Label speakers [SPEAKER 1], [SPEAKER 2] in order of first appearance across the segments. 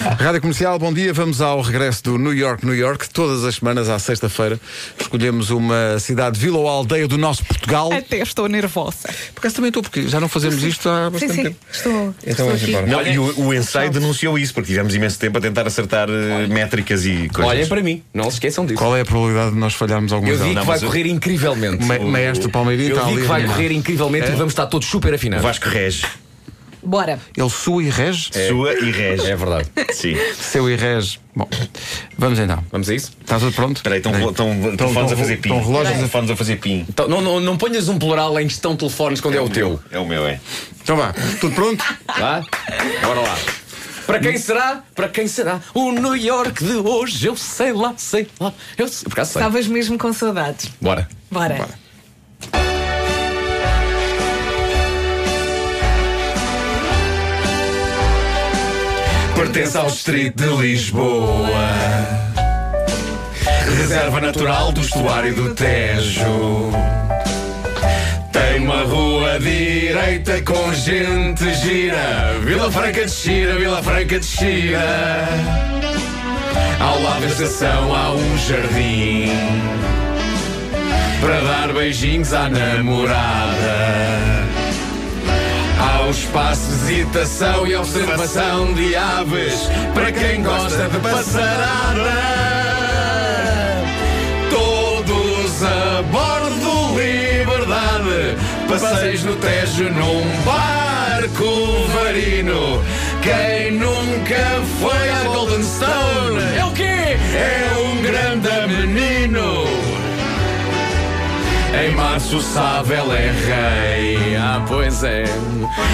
[SPEAKER 1] Rádio Comercial, bom dia. Vamos ao regresso do New York, New York. Todas as semanas, à sexta-feira, escolhemos uma cidade, vila ou aldeia do nosso Portugal.
[SPEAKER 2] Até estou nervosa.
[SPEAKER 1] É, Por acaso também estou, porque já não fazemos isto há
[SPEAKER 2] Sim,
[SPEAKER 1] bastante
[SPEAKER 2] sim,
[SPEAKER 1] tempo.
[SPEAKER 2] estou.
[SPEAKER 3] Então,
[SPEAKER 2] estou
[SPEAKER 3] vamos
[SPEAKER 2] aqui.
[SPEAKER 3] embora.
[SPEAKER 4] Não,
[SPEAKER 3] Olha-
[SPEAKER 4] e o, o ensaio denunciou isso, porque tivemos imenso tempo a tentar acertar eh, métricas e coisas.
[SPEAKER 3] Olhem para mim, não se esqueçam disso.
[SPEAKER 1] Qual é a probabilidade de nós falharmos alguma
[SPEAKER 3] Eu
[SPEAKER 1] coisa?
[SPEAKER 3] vi
[SPEAKER 4] Não,
[SPEAKER 3] que vai
[SPEAKER 4] mas eu-
[SPEAKER 3] correr incrivelmente.
[SPEAKER 1] Ma Maestro Palmeirinho
[SPEAKER 3] Eu
[SPEAKER 1] está
[SPEAKER 3] vi
[SPEAKER 1] ali.
[SPEAKER 3] que vai
[SPEAKER 1] não é?
[SPEAKER 3] correr incrivelmente e vamos estar todos super
[SPEAKER 4] O
[SPEAKER 3] afinados.
[SPEAKER 4] Vasco rege,
[SPEAKER 2] Bora.
[SPEAKER 1] Ele sua e rege?
[SPEAKER 4] sua e rege.
[SPEAKER 3] É verdade.
[SPEAKER 4] Sim.
[SPEAKER 1] Seu e rege. Bom, vamos então.
[SPEAKER 3] Vamos a isso?
[SPEAKER 1] Está tudo pronto?
[SPEAKER 4] Espera aí, estão estão- telefones a fazer pin.
[SPEAKER 1] Estão relógios a...
[SPEAKER 4] telefones a fazer pin.
[SPEAKER 3] Então, não, não, não ponhas um plural em que estão telefones quando é, o teu.
[SPEAKER 4] É o meu, é.
[SPEAKER 1] Então vá, tudo pronto?
[SPEAKER 3] Vá? Bora lá. Para quem será? Para quem será? O New York de hoje, eu sei lá, sei lá. Eu sei. Por acaso sei.
[SPEAKER 2] Estavas mesmo com saudades.
[SPEAKER 3] Bora.
[SPEAKER 2] Bora.
[SPEAKER 4] Pertence ao distrito de Lisboa. Reserva natural do estuário do Tejo. Tem uma rua direita com gente gira. Vila Franca de Xira, Vila Franca de Xira. Ao lado da estação há um jardim. Para dar beijinhos à namorada. Há um espaço de visitação e observação de aves para quem gosta de passarada. Todos a bordo, liberdade. Passeios no Tejo num barco varino. Quem nunca foi à Golden Stone
[SPEAKER 3] É o quê?
[SPEAKER 4] é um grande menino. Em março, sabe, ele é rei.
[SPEAKER 3] Ah, pois é.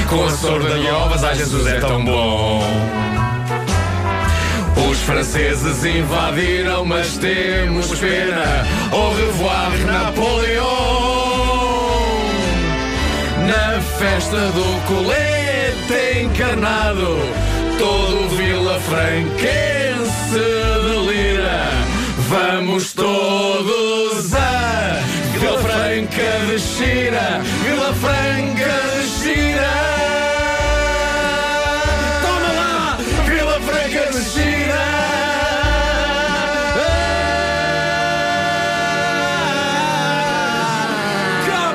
[SPEAKER 4] Com a sorda de ovas, ai Jesus é tão bom. Os franceses invadiram, mas temos pena. Au revoir, Napoleão. Na festa do colete encarnado, todo o Vila Franquense delira. Vamos todos a Vila Franca de Xira, Vila Franca de Xira. Toma lá, Vila Franca de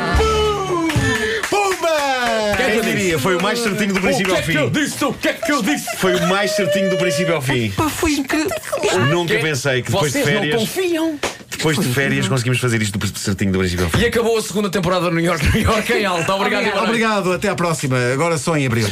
[SPEAKER 4] Xira.
[SPEAKER 1] Pumba!
[SPEAKER 4] Quem é diria? Foi o mais certinho do princípio ao fim.
[SPEAKER 3] disse? O é que é que eu disse?
[SPEAKER 4] Foi o mais certinho do princípio ao fim.
[SPEAKER 1] Pá, foi incrível.
[SPEAKER 4] Nunca pensei que depois de
[SPEAKER 3] Vocês não
[SPEAKER 4] férias,
[SPEAKER 3] confiam.
[SPEAKER 4] depois de férias conseguimos fazer isto do certinho do princípio ao fim.
[SPEAKER 3] E acabou a segunda temporada do New York, New York em alta. Obrigado, e boa noite.
[SPEAKER 1] Obrigado, até à próxima. Agora só em abril.